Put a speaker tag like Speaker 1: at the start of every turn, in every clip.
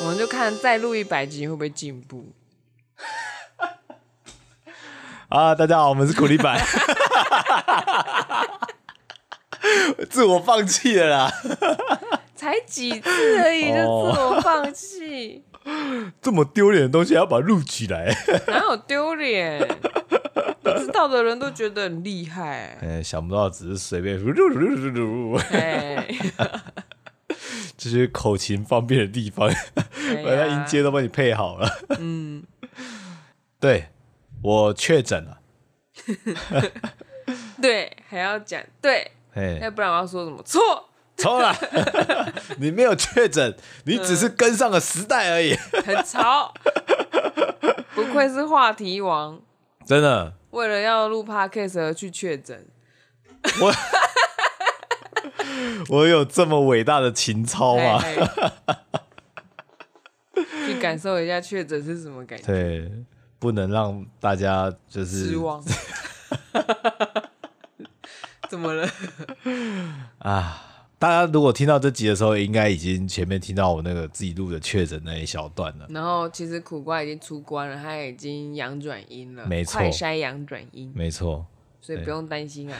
Speaker 1: 我们就看再录一百集会不会进步。
Speaker 2: 啊，大家好，我们是苦力版，自我放弃了啦，
Speaker 1: 才几次而已就自我放弃，
Speaker 2: 这么丢脸的东西还要把它录起来。
Speaker 1: 哪有丢脸？不知道的人都觉得很厉害。
Speaker 2: 哎，想不到只是随便，
Speaker 1: 哎，
Speaker 2: 这些口琴方便的地方，
Speaker 1: 哎
Speaker 2: 把它
Speaker 1: 呀
Speaker 2: 音阶都帮你配好了。嗯，对我确诊了，
Speaker 1: 对，还要讲对，要
Speaker 2: 哎，
Speaker 1: 不然我要说什么错？
Speaker 2: 错了，你没有确诊，你只是跟上了时代而已。
Speaker 1: 很吵，不愧是话题王。
Speaker 2: 真的，
Speaker 1: 为了要录 podcast 而去确诊，
Speaker 2: 我我有这么伟大的情操吗？
Speaker 1: 哎 哎去感受一下确诊是什么感觉，
Speaker 2: 对，不能让大家就是
Speaker 1: 失 望。怎么了？
Speaker 2: 啊！大家如果听到这集的时候，应该已经前面听到我那个自己录的确诊那一小段了。
Speaker 1: 然后其实苦瓜已经出关了，他已经阳转阴了，
Speaker 2: 没错
Speaker 1: 快筛阳转阴，
Speaker 2: 没错，
Speaker 1: 所以不用担 心啊。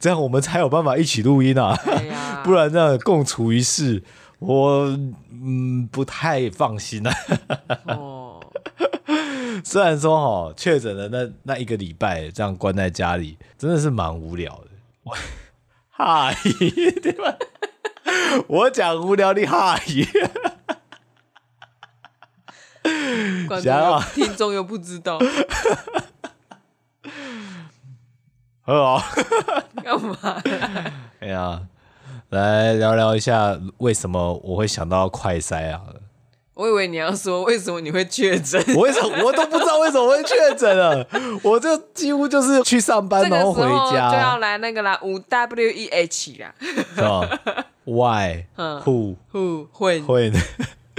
Speaker 2: 这样我们才有办法一起录音啊，
Speaker 1: 哎呀，
Speaker 2: 不然这样共处一室，我嗯不太放心啊。
Speaker 1: 哦，
Speaker 2: 虽然说哈、确诊的那那一个礼拜这样关在家里，真的是蛮无聊的。我 哈 姨，对吧？ 我讲无聊的哈姨，
Speaker 1: 观众
Speaker 2: 想
Speaker 1: 又
Speaker 2: 要
Speaker 1: 听众又不知道
Speaker 2: 很好。
Speaker 1: 干嘛，
Speaker 2: 哦哎呀，来聊聊一下为什么我会想到快筛啊？
Speaker 1: 我以为你要说为什么你会确诊，
Speaker 2: 我为什么我都不知道为什么会确诊了？我就几乎就是去上班
Speaker 1: 这个
Speaker 2: 然
Speaker 1: 时
Speaker 2: 后
Speaker 1: 候
Speaker 2: 回
Speaker 1: 就要
Speaker 2: 家，
Speaker 1: 来那个啦，五 W E H 啦，
Speaker 2: 是吧？Why
Speaker 1: 嗯
Speaker 2: who
Speaker 1: 互混
Speaker 2: when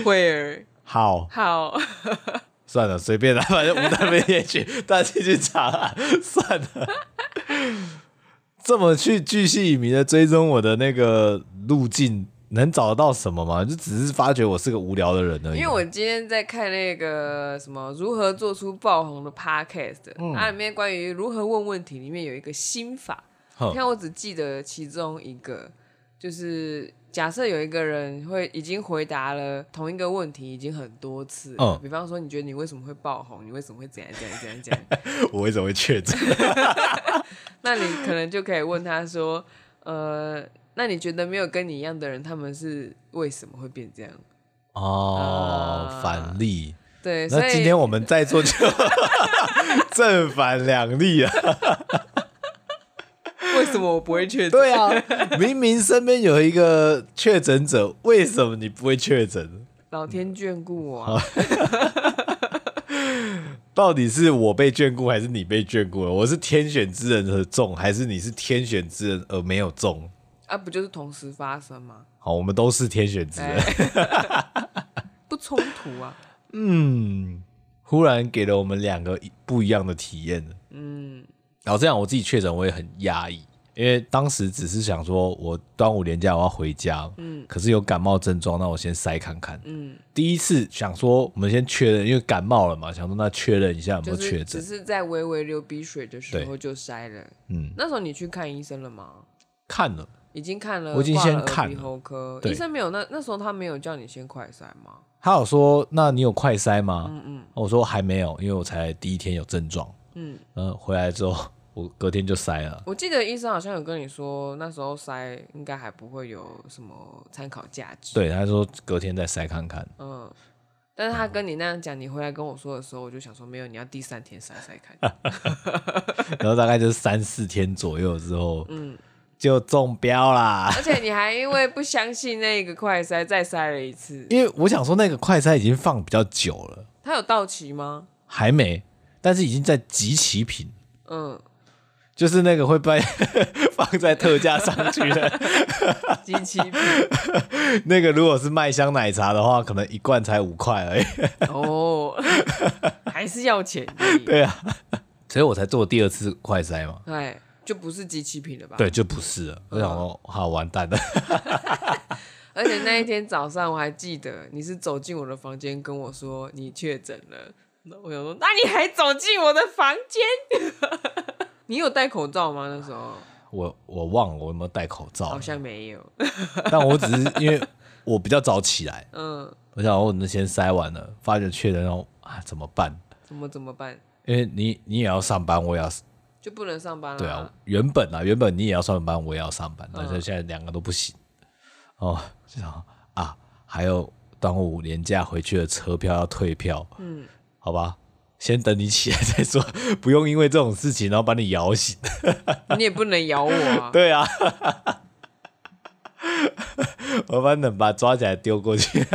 Speaker 1: 会儿
Speaker 2: how？
Speaker 1: 好，
Speaker 2: 算了，随便啦， 反正无大没也去， 大家去查啊， 算了。这么去巨细靡遗的追踪我的那个路径，能找得到什么吗？就只是发觉我是个无聊的人而已。
Speaker 1: 因为我今天在看那个什么如何做出爆红的 podcast，、它
Speaker 2: 嗯
Speaker 1: 里面关于如何问问题里面有一个心法，你
Speaker 2: 哼
Speaker 1: 看我只记得其中一个，就是假设有一个人会已经回答了同一个问题已经很多次了，
Speaker 2: 嗯
Speaker 1: 比方说你觉得你为什么会爆红，你为什么会怎样怎样怎样怎样，
Speaker 2: 我为什么会 确诊？
Speaker 1: 那你可能就可以问他说，呃，那你觉得没有跟你一样的人，他们是为什么会变这样？
Speaker 2: 哦，
Speaker 1: 啊
Speaker 2: 反例。
Speaker 1: 对，所
Speaker 2: 那
Speaker 1: 以
Speaker 2: 今天我们在座就 正反两例啊。
Speaker 1: 为什么我不会确诊？
Speaker 2: 对啊，明明身边有一个确诊者，为什么你不会确诊？
Speaker 1: 老天眷顾我、啊，
Speaker 2: 到底是我被眷顾还是你被眷顾了？我是天选之人而中，还是你是天选之人而没有中？
Speaker 1: 啊，不就是同时发生吗？
Speaker 2: 好，我们都是天选之人。
Speaker 1: 哎 不冲突啊，
Speaker 2: 嗯，忽然给了我们两个一不一样的体验。嗯，然后这样我自己确诊，我也很压抑，因为当时只是想说，我端午连假我要回家，嗯，可是有感冒症状，那我先筛看看。嗯，第一次想说，我们先确认，因为感冒了嘛，想说那确认一下有没
Speaker 1: 就
Speaker 2: 有确
Speaker 1: 是只
Speaker 2: 诊。
Speaker 1: 是在微微流鼻水的时候就筛了。
Speaker 2: 嗯，
Speaker 1: 那时候你去看医生了吗？
Speaker 2: 看了，
Speaker 1: 已经看了，
Speaker 2: 我已经
Speaker 1: 挂了
Speaker 2: 先看
Speaker 1: 耳鼻
Speaker 2: 了
Speaker 1: 喉科
Speaker 2: 对
Speaker 1: 医生没有。那那时候他没有叫你先快筛吗？
Speaker 2: 他有说，那你有快筛吗？嗯嗯，我说还没有，因为我才第一天有症状。嗯，呃，回来之后我隔天就筛了。
Speaker 1: 我记得医生好像有跟你说，那时候筛应该还不会有什么参考价值。，
Speaker 2: 对，他说隔天再筛看 看。
Speaker 1: 嗯。但是他跟你那样讲，你回来跟我说的时候，我就想说没有，你要第三天筛筛看。
Speaker 2: 然后大概就是三四天左右之后，嗯，就中标啦。
Speaker 1: 而且你还因为不相信那个快筛，再筛了一次。
Speaker 2: 因为我想说那个快筛已经放比较久了，
Speaker 1: 他有到期吗？
Speaker 2: 还没，但是已经在集齐品，
Speaker 1: 嗯，
Speaker 2: 就是那个会 被放在特价上去的
Speaker 1: 机器品
Speaker 2: 那个。如果是麦香奶茶的话，可能一罐才五块而已。
Speaker 1: 哦，还是要钱的。
Speaker 2: 对啊，所以我才做第二次快筛嘛。
Speaker 1: 哎，就不是机器品了吧？
Speaker 2: 对，就不是了。我想说，
Speaker 1: 嗯
Speaker 2: 好完蛋了，
Speaker 1: 而且那一天早上我还记得，你是走进我的房间跟我说你确诊了，那我想说，那你还走进我的房间？ 你有戴口罩吗？那时候
Speaker 2: 我我忘了我有没有戴口罩
Speaker 1: 好
Speaker 2: 了，
Speaker 1: 像没有。
Speaker 2: 但我只是因为我比较早起来，
Speaker 1: 嗯，
Speaker 2: 我想我那先塞完了，发觉确诊，然后啊怎么办？
Speaker 1: 怎么怎么办？
Speaker 2: 因为你你也要上班，我也要
Speaker 1: 就不能上班了、
Speaker 2: 对啊，原本啊，原本你也要上班，我也要上班，但是
Speaker 1: 嗯
Speaker 2: 现在两个都不行。哦，就想啊，还有端午连假回去的车票要退票，嗯，好吧，先等你起来再说，不用因为这种事情然后把你摇醒。！
Speaker 1: 你也不能咬我啊
Speaker 2: 对啊， 我把冷把抓起来丢过去，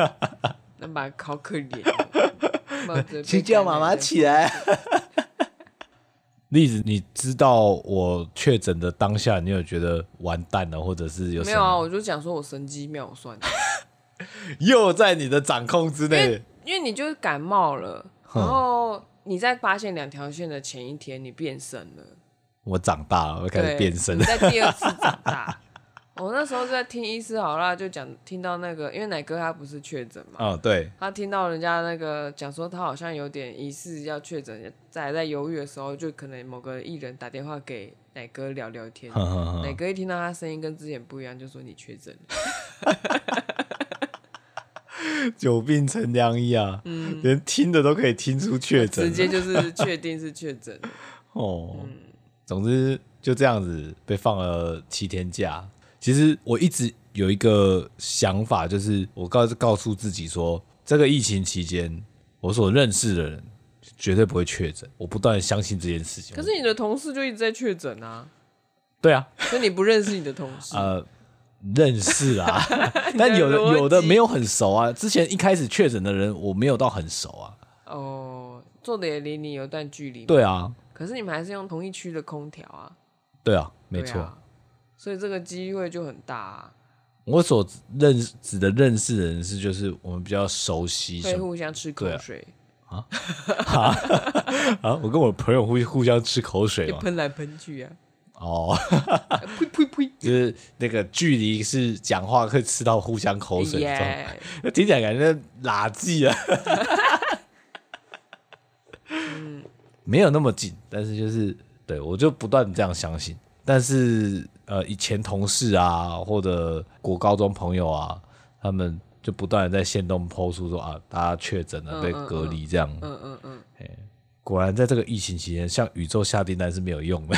Speaker 1: 那把好可怜哦， 抱着被
Speaker 2: 去叫
Speaker 1: 感染
Speaker 2: 妈妈
Speaker 1: 的
Speaker 2: 起 来。栗子，你知道我确诊的当下，你有觉得完蛋了，或者是有什
Speaker 1: 没
Speaker 2: 么？
Speaker 1: 有啊，我就讲说我神啊机妙算，
Speaker 2: 又在你的掌控之内。
Speaker 1: 因为你就是感冒了，
Speaker 2: 哼
Speaker 1: 然后你在发现两条线的前一天你变身了，
Speaker 2: 我长大了，我开始
Speaker 1: 对
Speaker 2: 变身
Speaker 1: 你。在第二次长大。 我那时候在听医师好啦，就讲听到那个，因为奶哥他不是确诊嘛，
Speaker 2: 嗯，对，
Speaker 1: 他听到人家那个讲说他好像有点疑似要确诊，在在犹豫的时候，就可能某个艺人打电话给奶哥聊聊天，
Speaker 2: 哼哼
Speaker 1: 奶
Speaker 2: 哼
Speaker 1: 哥一听到他声音跟之前不一样，就说你确诊了。
Speaker 2: 久病成良医啊，连听的都可以听出确
Speaker 1: 嗯
Speaker 2: 诊
Speaker 1: 直
Speaker 2: 了。
Speaker 1: 接就是确定是确诊。
Speaker 2: 哦，
Speaker 1: 嗯
Speaker 2: 总之就这样子被放了七天假。其实我一直有一个想法，就是我告告诉自己说，这个疫情期间，我所认识的人绝对不会确诊。我不断地相信这件事情。
Speaker 1: 可是你的同事就一直在确诊啊，
Speaker 2: 对啊，
Speaker 1: 所以你不认识你的同 事，
Speaker 2: 呃，认识 啊，但有的
Speaker 1: 逻辑
Speaker 2: 有的没有很熟啊。之前一开始确诊的人，我没有到很熟啊。
Speaker 1: 哦，坐的也离你有段距离。，
Speaker 2: 对啊，
Speaker 1: 可是你们还是用同一区的空调啊，
Speaker 2: 对啊，没
Speaker 1: 对
Speaker 2: 错。
Speaker 1: 啊所以这个机会就很大、啊，
Speaker 2: 我所认识指的认识的人是，就是我们比较熟悉
Speaker 1: 会
Speaker 2: 什么
Speaker 1: 互相吃口
Speaker 2: 对啊
Speaker 1: 水，
Speaker 2: 啊。我跟我朋友互互相吃口水
Speaker 1: 就
Speaker 2: 嘛。
Speaker 1: 喷来喷去啊，
Speaker 2: 哦，
Speaker 1: 呸呸 呸！
Speaker 2: 就是那个距离是讲话会吃到互相口水
Speaker 1: 哎
Speaker 2: 这种，
Speaker 1: 耶，
Speaker 2: 那听起来感觉垃圾啊。
Speaker 1: 嗯
Speaker 2: 没有那么近，但是就是对我就不断这样相信。但是呃，以前同事啊，或者国高中朋友啊，他们就不断的在线动抛出说啊，大家确诊
Speaker 1: 嗯
Speaker 2: 了，被
Speaker 1: 嗯
Speaker 2: 隔离这样。
Speaker 1: 嗯嗯嗯，
Speaker 2: 果然在这个疫情期间，向宇宙下订单是没有用的。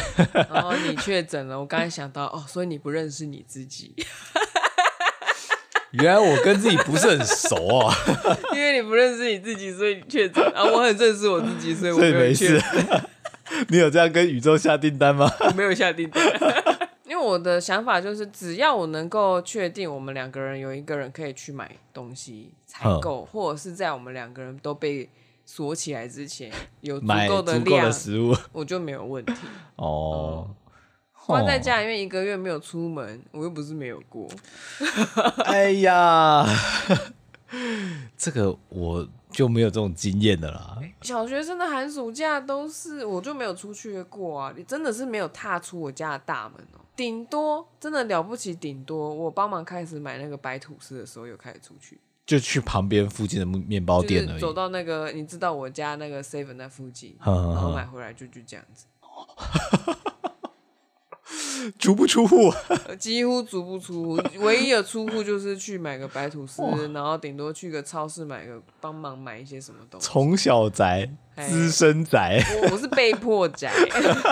Speaker 1: 然后哦你确诊了，我刚才想到哦，所以你不认识你自己，
Speaker 2: 原来我跟自己不是很熟哦，
Speaker 1: 因为你不认识你自己，所以你确诊啊。我很认识我自己， 所以我
Speaker 2: 所
Speaker 1: 没
Speaker 2: 以没
Speaker 1: 有确诊
Speaker 2: 事。 你有这样跟宇宙下订单吗？
Speaker 1: 我没有下订 单。因为我的想法就是，只要我能够确定我们两个人有一个人可以去买东西采
Speaker 2: 嗯
Speaker 1: 购，或者是在我们两个人都被锁起来之前有足
Speaker 2: 买
Speaker 1: 够
Speaker 2: 足
Speaker 1: 的
Speaker 2: 够
Speaker 1: 量
Speaker 2: 的，食物
Speaker 1: 我就没有问题。
Speaker 2: 哦。
Speaker 1: 关在家里面一个月没有出门，我又不是没有过。
Speaker 2: 哎呀， 这个我就没有这种经验的啦。
Speaker 1: 小学生的寒暑假都是我就没有出去过啊，你真的是没有踏出我家的大门哦、顶多真的了不起，顶多我帮忙开始买那个白吐司的时候，有开始出去。
Speaker 2: 就去旁边附近的面包
Speaker 1: 就
Speaker 2: 店
Speaker 1: 是
Speaker 2: 而已。
Speaker 1: 走到那个你知道我家那个 seven 那附近，
Speaker 2: 哼哼哼
Speaker 1: 然后买回来就就这样子，
Speaker 2: 足不出户，
Speaker 1: 呃几乎足不出户， 唯一的出户就是去买个白吐司，然后顶多去个超市买个帮忙买一些什么东西。
Speaker 2: 从小宅，
Speaker 1: 哎
Speaker 2: 资深宅，
Speaker 1: 我我是被迫宅，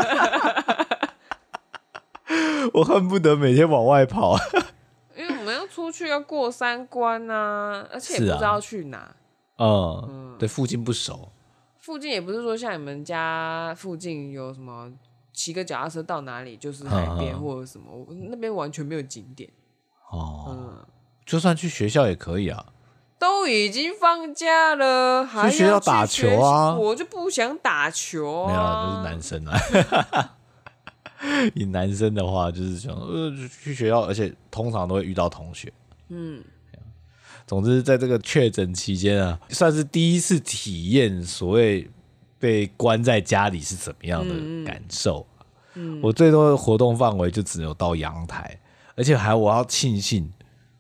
Speaker 2: 我恨不得每天往外跑。
Speaker 1: 因为我们要出去要过三关呐、而且也
Speaker 2: 是啊
Speaker 1: 不知道去哪。
Speaker 2: 嗯，对，附近不熟。
Speaker 1: 附近也不是说像你们家附近有什么骑个脚踏车到哪里就是海边
Speaker 2: 嗯嗯
Speaker 1: 或者什么，我那边完全没有景点。
Speaker 2: 哦，
Speaker 1: 嗯，
Speaker 2: 就算去学校也可以啊。
Speaker 1: 都已经放假了，还要
Speaker 2: 去学校打
Speaker 1: 去
Speaker 2: 球啊
Speaker 1: 学习我就不想打球
Speaker 2: 没有
Speaker 1: 啊。
Speaker 2: 啦，都是男生啊。以男生的话，就是想呃去学校，而且通常都会遇到同学。
Speaker 1: 嗯，
Speaker 2: 总之，在这个确诊期间啊，算是第一次体验所谓被关在家里是怎么样的感受啊。我最多的活动范围就只有到阳台，而且还我要庆幸，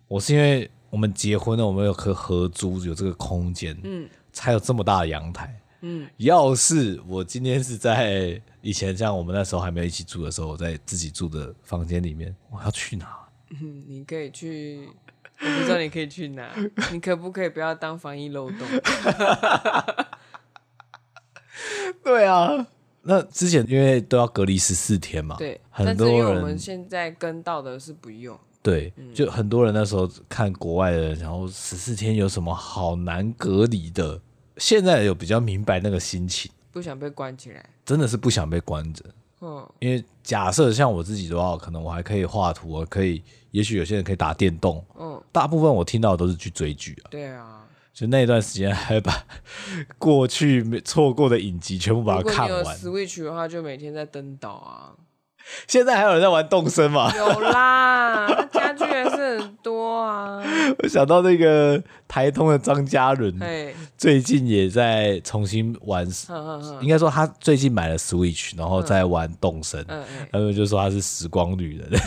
Speaker 2: 我是因为我们结婚了，我们有合合租有这个空间，嗯，才有这么大的阳台。嗯，要是我今天是在以前像我们那时候还没有一起住的时候，我在自己住的房间里面，我要去哪？
Speaker 1: 嗯你可以去，我不知道你可以去 哪，你可不可以不要当防疫漏洞？
Speaker 2: 对啊，那之前因为都要隔离十四天嘛，
Speaker 1: 对，
Speaker 2: 很
Speaker 1: 但是因
Speaker 2: 多
Speaker 1: 为我
Speaker 2: 人
Speaker 1: 们嗯现在跟到的是不用，
Speaker 2: 对，就很多人那时候看国外的人，然后十四天有什么好难隔离的？现在有比较明白那个心情，
Speaker 1: 不想被关起来。
Speaker 2: 真的是不想被关着。
Speaker 1: 嗯，
Speaker 2: 因为假设像我自己的话，可能我还可以画图，我可以，也许有些人可以打电动，
Speaker 1: 嗯，
Speaker 2: 大部分我听到的都是去追剧啊。
Speaker 1: 对啊。
Speaker 2: 就那段时间还把 过去没错过的影集全部把
Speaker 1: 如果
Speaker 2: 它看
Speaker 1: 你有
Speaker 2: 完。
Speaker 1: Switch 的话，就每天在登岛啊。
Speaker 2: 现在还有人在玩动森嘛？
Speaker 1: 有啦，那家具还是很多 啊。
Speaker 2: 我想到那个台通的张嘉伦，
Speaker 1: 哎，嗯
Speaker 2: 最近也在重新玩
Speaker 1: 哼哼哼，
Speaker 2: 应该说他最近买了 Switch，然后在玩动森，
Speaker 1: 嗯哎，
Speaker 2: 他们就说他是时光旅人。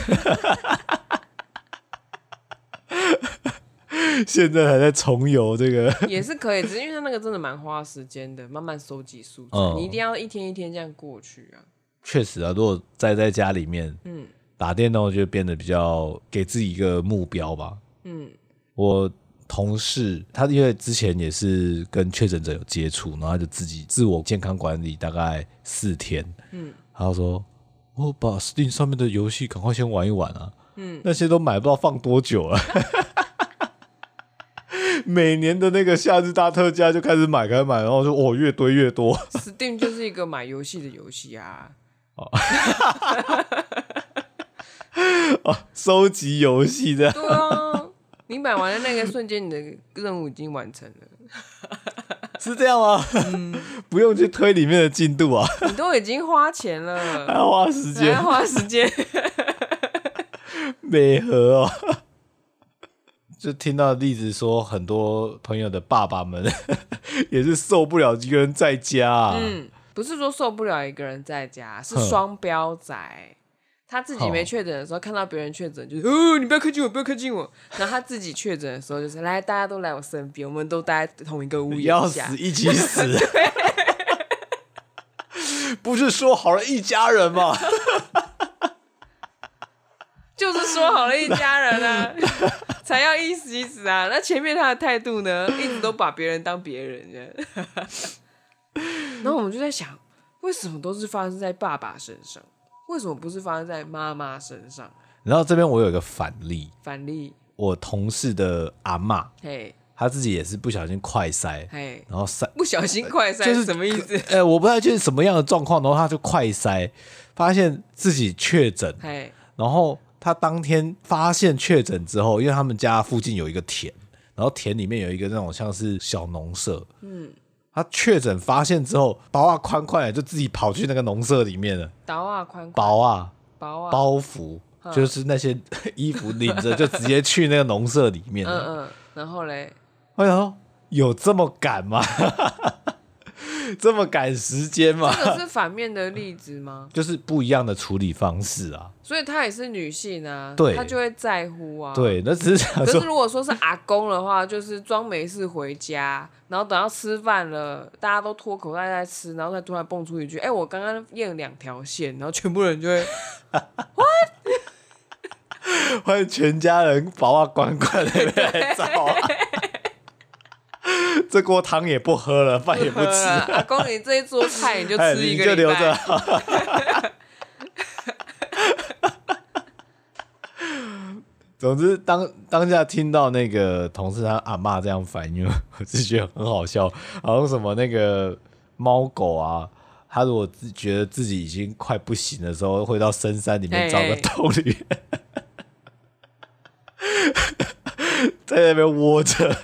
Speaker 2: 现在还在重游这个，
Speaker 1: 也是可以，只是因为它那个真的蛮花时间的，慢慢收集素材，
Speaker 2: 嗯
Speaker 1: 你一定要一天一天这样过去啊。
Speaker 2: 确实啊，如果宅在家里面，嗯，打电动就变得比较给自己一个目标吧。
Speaker 1: 嗯
Speaker 2: 我同事他因为之前也是跟确诊者有接触，然后他就自己自我健康管理大概四天，嗯，他就说我把 Steam 上面的游戏赶快先玩一玩啊，嗯，那些都买不到放多久了。 每年的那个夏日大特价就开始买，开始买，然后就哦越堆越多，
Speaker 1: ，Steam 就是一个买游戏的游戏啊。
Speaker 2: 收集游戏这样。
Speaker 1: 对啊，你买完的那个瞬间，你的任务已经完成了，
Speaker 2: 是这样吗？ 不用去推里面的进度啊，
Speaker 1: 你都已经花钱
Speaker 2: 还
Speaker 1: 了，
Speaker 2: 要花时
Speaker 1: 还要
Speaker 2: 间，
Speaker 1: 花时间。
Speaker 2: 美和哦。 就听到例子说，很多朋友的爸爸们 也是受不了一个人在家、啊，
Speaker 1: 嗯，不是说受不了一个人在家，是
Speaker 2: 哼
Speaker 1: 双标仔。他自己没
Speaker 2: 好
Speaker 1: 确诊的时候，看到别人确诊，就是哦，你不要靠近我，不要靠近我。然后他自己确诊的时候，就是来，大家都来我身边，我们都待在同一个屋檐
Speaker 2: 要
Speaker 1: 下。
Speaker 2: 死一起死。 不是说好了一家人吗？
Speaker 1: 就是说好了一家人啊， 才要意思意思啊。那前面他的态度呢，一直都把别人当别人 呢。然后我们就在想，为什么都是发生在爸爸身上，为什么不是发生在妈妈身上？
Speaker 2: 然后这边我有一个反例，
Speaker 1: 反例，
Speaker 2: 我同事的阿嬷，
Speaker 1: 嘿，
Speaker 2: 她自己也是不小心快塞，
Speaker 1: 嘿，
Speaker 2: 然后塞
Speaker 1: 不小心快塞、
Speaker 2: 就是
Speaker 1: 什么意思？
Speaker 2: 呃，我不太确定什么样的状况，然后他就快筛，发现自己确诊，
Speaker 1: 嘿，
Speaker 2: 然后他当天发现确诊之后，因为他们家附近有一个田，然后田里面有一个那种像是小农舍，嗯，他确诊发现之后，包啊宽宽的就自己跑去那个农舍里面了，
Speaker 1: 薄啊宽宽，
Speaker 2: 包啊
Speaker 1: 薄啊，
Speaker 2: 包袱。就是那些 衣服领着，就直接去那个农舍里面了。
Speaker 1: 嗯嗯，然后嘞，
Speaker 2: 我想说，有这么赶吗？ 这么赶时间吗？
Speaker 1: 这个是反面的例子吗？
Speaker 2: 就是不一样的处理方式啊。
Speaker 1: 所以她也是女性啊，
Speaker 2: 对
Speaker 1: 她就会在乎啊，。
Speaker 2: 对，那只是想
Speaker 1: 可是
Speaker 2: 说，
Speaker 1: 如果说是阿公的话，就是装没事回家，然后等到吃饭了，大家都脱口袋在吃，然后再突然蹦出一句：“哎、我刚刚验了两条线。”然后全部人就会，
Speaker 2: 欢迎全家人把我管管那边来找啊。 这锅汤也不喝了，饭也不吃，
Speaker 1: 呃阿公，你这一桌菜你就
Speaker 2: 哎，
Speaker 1: 吃一
Speaker 2: 你
Speaker 1: 个
Speaker 2: 就
Speaker 1: 礼
Speaker 2: 留
Speaker 1: 拜
Speaker 2: 着。 总之，当当下听到那个同事他阿嬷这样反应， 我是觉得很好笑，好像什么那个猫狗啊。它如果自觉得自己已经快不行的时候，会到深山里面找
Speaker 1: 哎
Speaker 2: 个
Speaker 1: 哎
Speaker 2: 洞里面， 在那边窝着，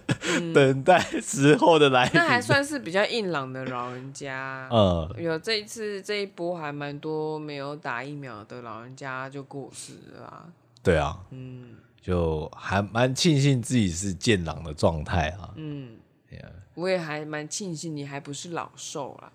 Speaker 2: 等待时候的来
Speaker 1: 嗯
Speaker 2: 临。
Speaker 1: 那 还算是比较硬朗的老人家。
Speaker 2: 嗯，
Speaker 1: 有这一次这一波还蛮多没有打疫苗的老人家就过世了啊。
Speaker 2: 对啊，
Speaker 1: 嗯
Speaker 2: 就还蛮庆幸自己是健朗的状态啊。
Speaker 1: 嗯，
Speaker 2: Yeah，
Speaker 1: 我也还蛮庆幸你还不是老寿啦。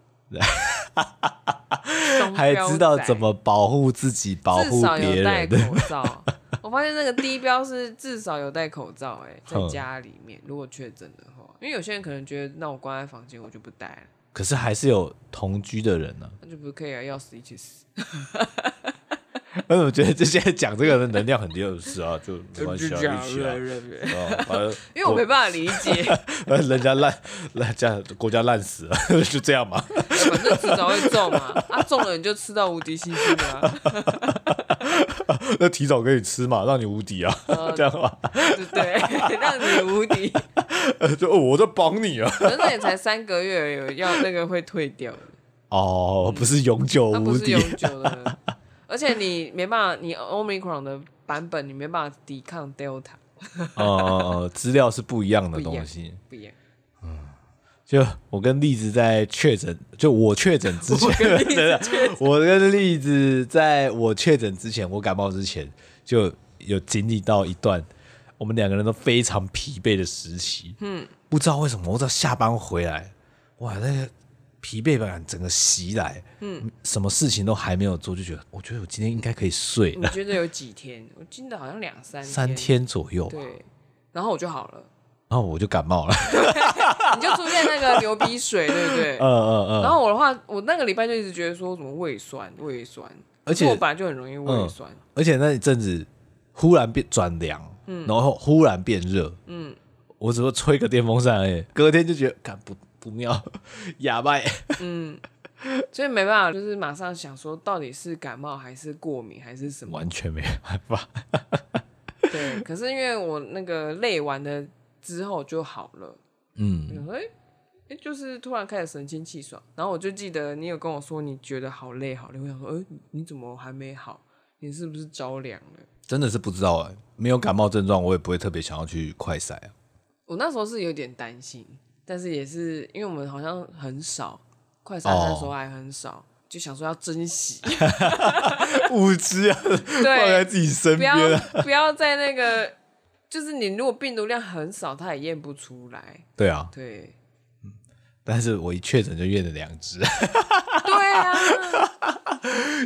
Speaker 1: 双
Speaker 2: 还
Speaker 1: 标
Speaker 2: 知道
Speaker 1: 仔
Speaker 2: 怎么保护自己、保
Speaker 1: 至
Speaker 2: 护
Speaker 1: 少
Speaker 2: 别
Speaker 1: 有戴
Speaker 2: 人
Speaker 1: 口
Speaker 2: 的。
Speaker 1: 罩。 我发现那个低标是至少有戴口罩、欸， 哎，在
Speaker 2: 哼
Speaker 1: 家里面如果确诊的话，因为有些人可能觉得，那我关在房间我就不戴了，
Speaker 2: 可是还是有同居的人 呢、
Speaker 1: 那就不可以啊，要死一起死，
Speaker 2: 哎我怎么觉得这些讲这个的能量很低？就是啊，就没关系啊，一起啊。哦，反正
Speaker 1: 因为我没办法理解，
Speaker 2: 反正人家烂，人家国家烂死了， 就这样嘛。
Speaker 1: 反正迟早会中嘛，啊中了你就吃到无敌星星了、啊，
Speaker 2: 那提早给你吃嘛，让你无敌啊，
Speaker 1: 呃
Speaker 2: 这样嘛。
Speaker 1: 对不对？ 让你无敌，
Speaker 2: 就、哦、我在帮你啊。
Speaker 1: 可是那也才三个月而已，有要那个会退掉的，
Speaker 2: 哦，不是永久
Speaker 1: 它啊不
Speaker 2: 无
Speaker 1: 是
Speaker 2: 敌
Speaker 1: 永，久的，而且你没办法，你 Omicron 的版本你没办法抵抗 Delta，
Speaker 2: 哦哦哦，资料是不一样的
Speaker 1: 不一样
Speaker 2: 东西。
Speaker 1: 不一样。
Speaker 2: 就我跟栗子在确诊，就我确诊之前， 真的，我跟栗子在我确诊之前，我感冒之前就有经历到一段我们两个人都非常疲惫的时期。嗯，不知道为什么，我到下班回来，哇，那个疲惫感整个袭来。嗯，什么事情都还没有做，就觉得我觉得我今天应该可以睡
Speaker 1: 我
Speaker 2: 了，
Speaker 1: 觉得有几天，我记得好像两三
Speaker 2: 三
Speaker 1: 天，
Speaker 2: 天左右吧，
Speaker 1: 对，然后我就好了，
Speaker 2: 然后我就感冒了。
Speaker 1: 你就出现那个流鼻水，对不对？
Speaker 2: 嗯嗯嗯，
Speaker 1: 然后我的话，我那个礼拜就一直觉得说我怎么胃酸，胃酸，
Speaker 2: 而
Speaker 1: 可是
Speaker 2: 且嗯
Speaker 1: 我本来就很容易胃酸，
Speaker 2: 而且那一阵子忽然变转凉，
Speaker 1: 嗯
Speaker 2: 然后忽然变热，嗯，我只会吹个电风扇而已，隔天就觉得，看不不妙， 哑巴耶，
Speaker 1: 所以没办法，就是马上想说到底是感冒还是过敏还是什么？
Speaker 2: 完全没办法。
Speaker 1: 对，可是因为我那个累完了之后就好了，我
Speaker 2: 嗯，
Speaker 1: 想说，哎、哎就是突然开始神清气爽，然后我就记得你有跟我说你觉得好累好累，我想说，哎、你你怎么还没好？你是不是着凉了？
Speaker 2: 真的是不知道哎、没有感冒症状，我也不会特别想要去快筛 啊。
Speaker 1: 我那时候是有点担心，但是也是因为我们好像很少，快三的时候还很少，就想说要珍惜，
Speaker 2: 物资啊，放
Speaker 1: 对，
Speaker 2: 在自己身
Speaker 1: 不
Speaker 2: 边
Speaker 1: 要
Speaker 2: 啊。
Speaker 1: 不要在那个，就是你如果病毒量很少，它也验不出来，
Speaker 2: 对啊，
Speaker 1: 对，
Speaker 2: 但是我一确诊就验了两只，啊
Speaker 1: 对啊，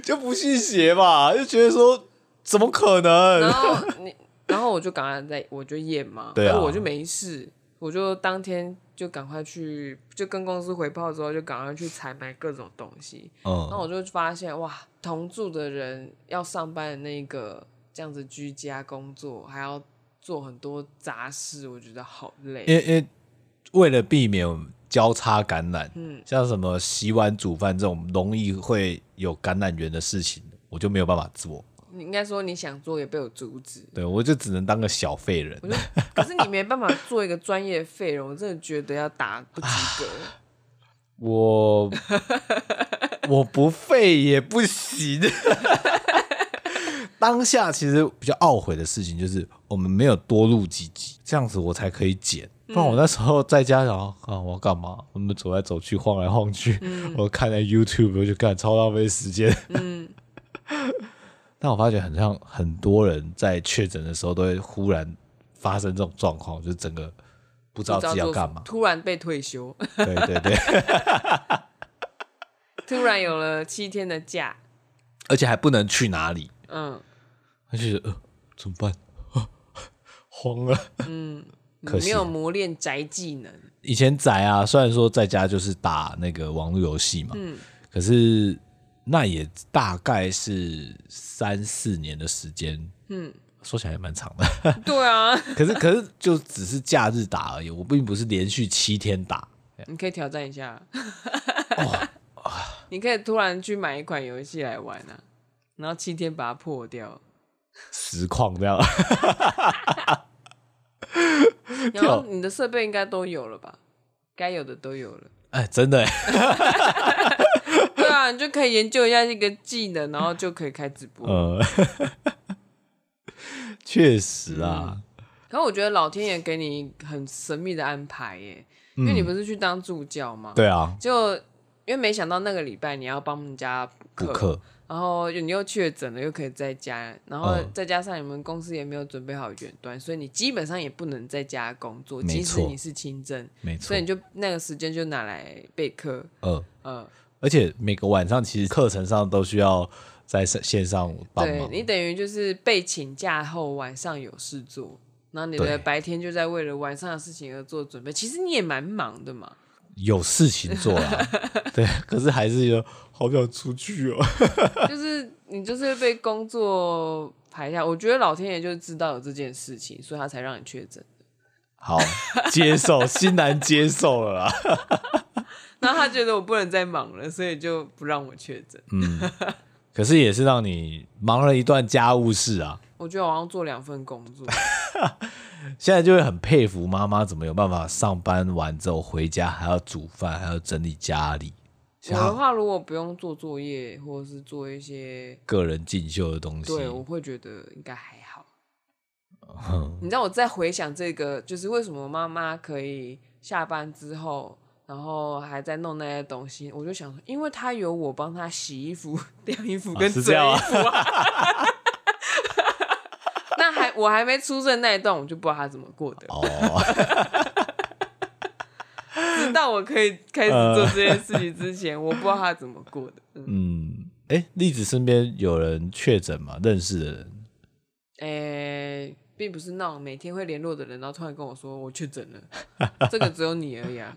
Speaker 2: 就不信邪吧，就觉得说怎么可
Speaker 1: 然
Speaker 2: 能？
Speaker 1: 后你，然后我就赶快在，我就验嘛，
Speaker 2: 对啊
Speaker 1: 可我就没事，我就当天就赶快去，就跟公司回报之后，就赶快去采买各种东西，那
Speaker 2: 嗯，
Speaker 1: 我就发现哇，同住的人要上班的那个这样子居家工作，还要做很多杂事，我觉得好
Speaker 2: 因
Speaker 1: 累。
Speaker 2: 为因为为了避免交叉感染，
Speaker 1: 嗯，
Speaker 2: 像什么洗碗、煮饭这种容易会有感染源的事情，我就没有办法做。
Speaker 1: 你应该说你想做也被我阻止，
Speaker 2: 对，我就只能当个小废人。
Speaker 1: 可是你没办法做一个专业废人，我真的觉得要打不及格。
Speaker 2: 我我不废也不行。 当下其实比较懊悔的事情就是我们没有多录几集，这样子我才可以剪。不然我那时候在家想啊，我要干嘛？我们走来走去，晃来晃去，我看在 YouTube 我就干，超浪费时间。 但我发觉很像很多人在确诊的时候都会忽然发生这种状况，就是整个 不知道自己要
Speaker 1: 做
Speaker 2: 干
Speaker 1: 什么
Speaker 2: 嘛。
Speaker 1: 突然被退休，
Speaker 2: 对对对。
Speaker 1: 突然有了七天的假，
Speaker 2: 而且还不能去哪里，
Speaker 1: 嗯，
Speaker 2: 他就觉得呃怎么办？啊慌了。
Speaker 1: 你
Speaker 2: 可惜
Speaker 1: 没有磨练宅技能，
Speaker 2: 以前宅啊，虽然说在家就是打那个网络游戏嘛，
Speaker 1: 嗯
Speaker 2: 可是那也大概是三四年的时间，嗯，说起来也蛮长的。
Speaker 1: 对啊，
Speaker 2: 可是可是就只是假日打而已，我并不是连续七天打。
Speaker 1: 你可以挑战一下，
Speaker 2: 哦啊
Speaker 1: 你可以突然去买一款游戏来玩啊，然后七天把它破 掉，
Speaker 2: 实况这样，
Speaker 1: 然后你的设备应该都有了吧？该有的都有了，
Speaker 2: 哎，真的耶，
Speaker 1: 对啊，你就可以研究一下这个技能，然后就可以开直播。
Speaker 2: 呃，确实啊，
Speaker 1: 嗯可我觉得老天爷给你很神秘的安排耶，因为你不是去当助教吗？，
Speaker 2: 嗯对啊，
Speaker 1: 就因为没想到那个礼拜你要帮人家
Speaker 2: 补课，
Speaker 1: 然后你又确诊了，又可以在家，然后
Speaker 2: 嗯
Speaker 1: 再加上你们公司也没有准备好远端，所以你基本上也不能在家工作，
Speaker 2: 没
Speaker 1: 即使
Speaker 2: 错
Speaker 1: 你是轻症，
Speaker 2: 没
Speaker 1: 所
Speaker 2: 错
Speaker 1: 以你，就那个时间就拿来备课，
Speaker 2: 呃，
Speaker 1: 呃，
Speaker 2: 而且每个晚上其实课程上都需要在线线上帮
Speaker 1: 对
Speaker 2: 忙。
Speaker 1: 你等于就是被请假后晚上有事做，然后你的
Speaker 2: 对
Speaker 1: 白天就在为了晚上的事情而做准备。其实你也蛮忙的嘛，
Speaker 2: 有事情做啦，对，可是还是有好想出去哦。
Speaker 1: 就是你就是被工作排下。我觉得老天爷就知道有这件事情，所以他才让你确诊。
Speaker 2: 好，接受，欣然接受了啦。
Speaker 1: 然后他觉得我不能再忙了，所以就不让我确诊。
Speaker 2: 可是也是让你忙了一段家务事啊。
Speaker 1: 我觉得我好像做两份工作，
Speaker 2: 现在就会很佩服妈妈怎么有办法上班完之后回家还要煮饭，还要整理家里，
Speaker 1: 我的
Speaker 2: 像
Speaker 1: 话如果不用做作业或者是做一些，
Speaker 2: 个人进修的东西。
Speaker 1: 对我会觉得应该还好。你知道我在回想这个，就是为什么妈妈可以下班之后，然后还在弄那些东西，我就想说，因为她有我帮她洗衣服、 晾衣服跟折
Speaker 2: 是
Speaker 1: 衣
Speaker 2: 这样啊
Speaker 1: 服啊。 那还我还没出生那一段，我就不知道她怎么过的，
Speaker 2: 哦，
Speaker 1: 直到我可以开始做这件事情之前，我不知道她怎么过的。嗯，
Speaker 2: 嗯，哎、栗子身边有人确诊嘛？认识的人，
Speaker 1: 诶、并不是那种每天会联络的人，然后突然跟我说我确 诊了，这个只有你而已啊。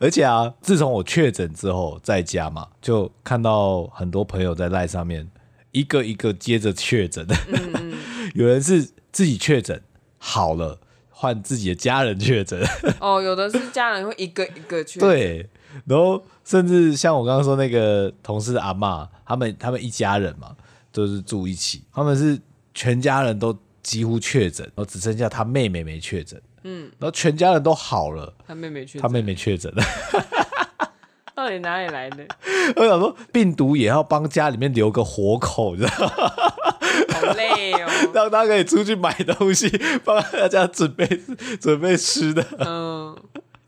Speaker 2: 而且啊，自从我确诊之后，在家嘛，就看到很多朋友在赖上面一个一个接着确诊，嗯 有人是自己确诊好了，换自己的家人确诊，
Speaker 1: 哦，有的是家人会一个一个去，
Speaker 2: 对，然后甚至像我刚刚说那个同事的阿嬷，他们他们一家人嘛，就是住一起，他们是全家人都几乎确诊，然后只剩下他妹妹没确诊，嗯，然后全家人都好了，
Speaker 1: 他妹妹去，
Speaker 2: 他妹妹确诊，
Speaker 1: 到底哪里来 的？
Speaker 2: 我想说病毒也要帮家里面留个活口， 你知道吗，
Speaker 1: 好累哦。
Speaker 2: 让他可以出去买东西， 帮大家准备准备吃的，
Speaker 1: 嗯，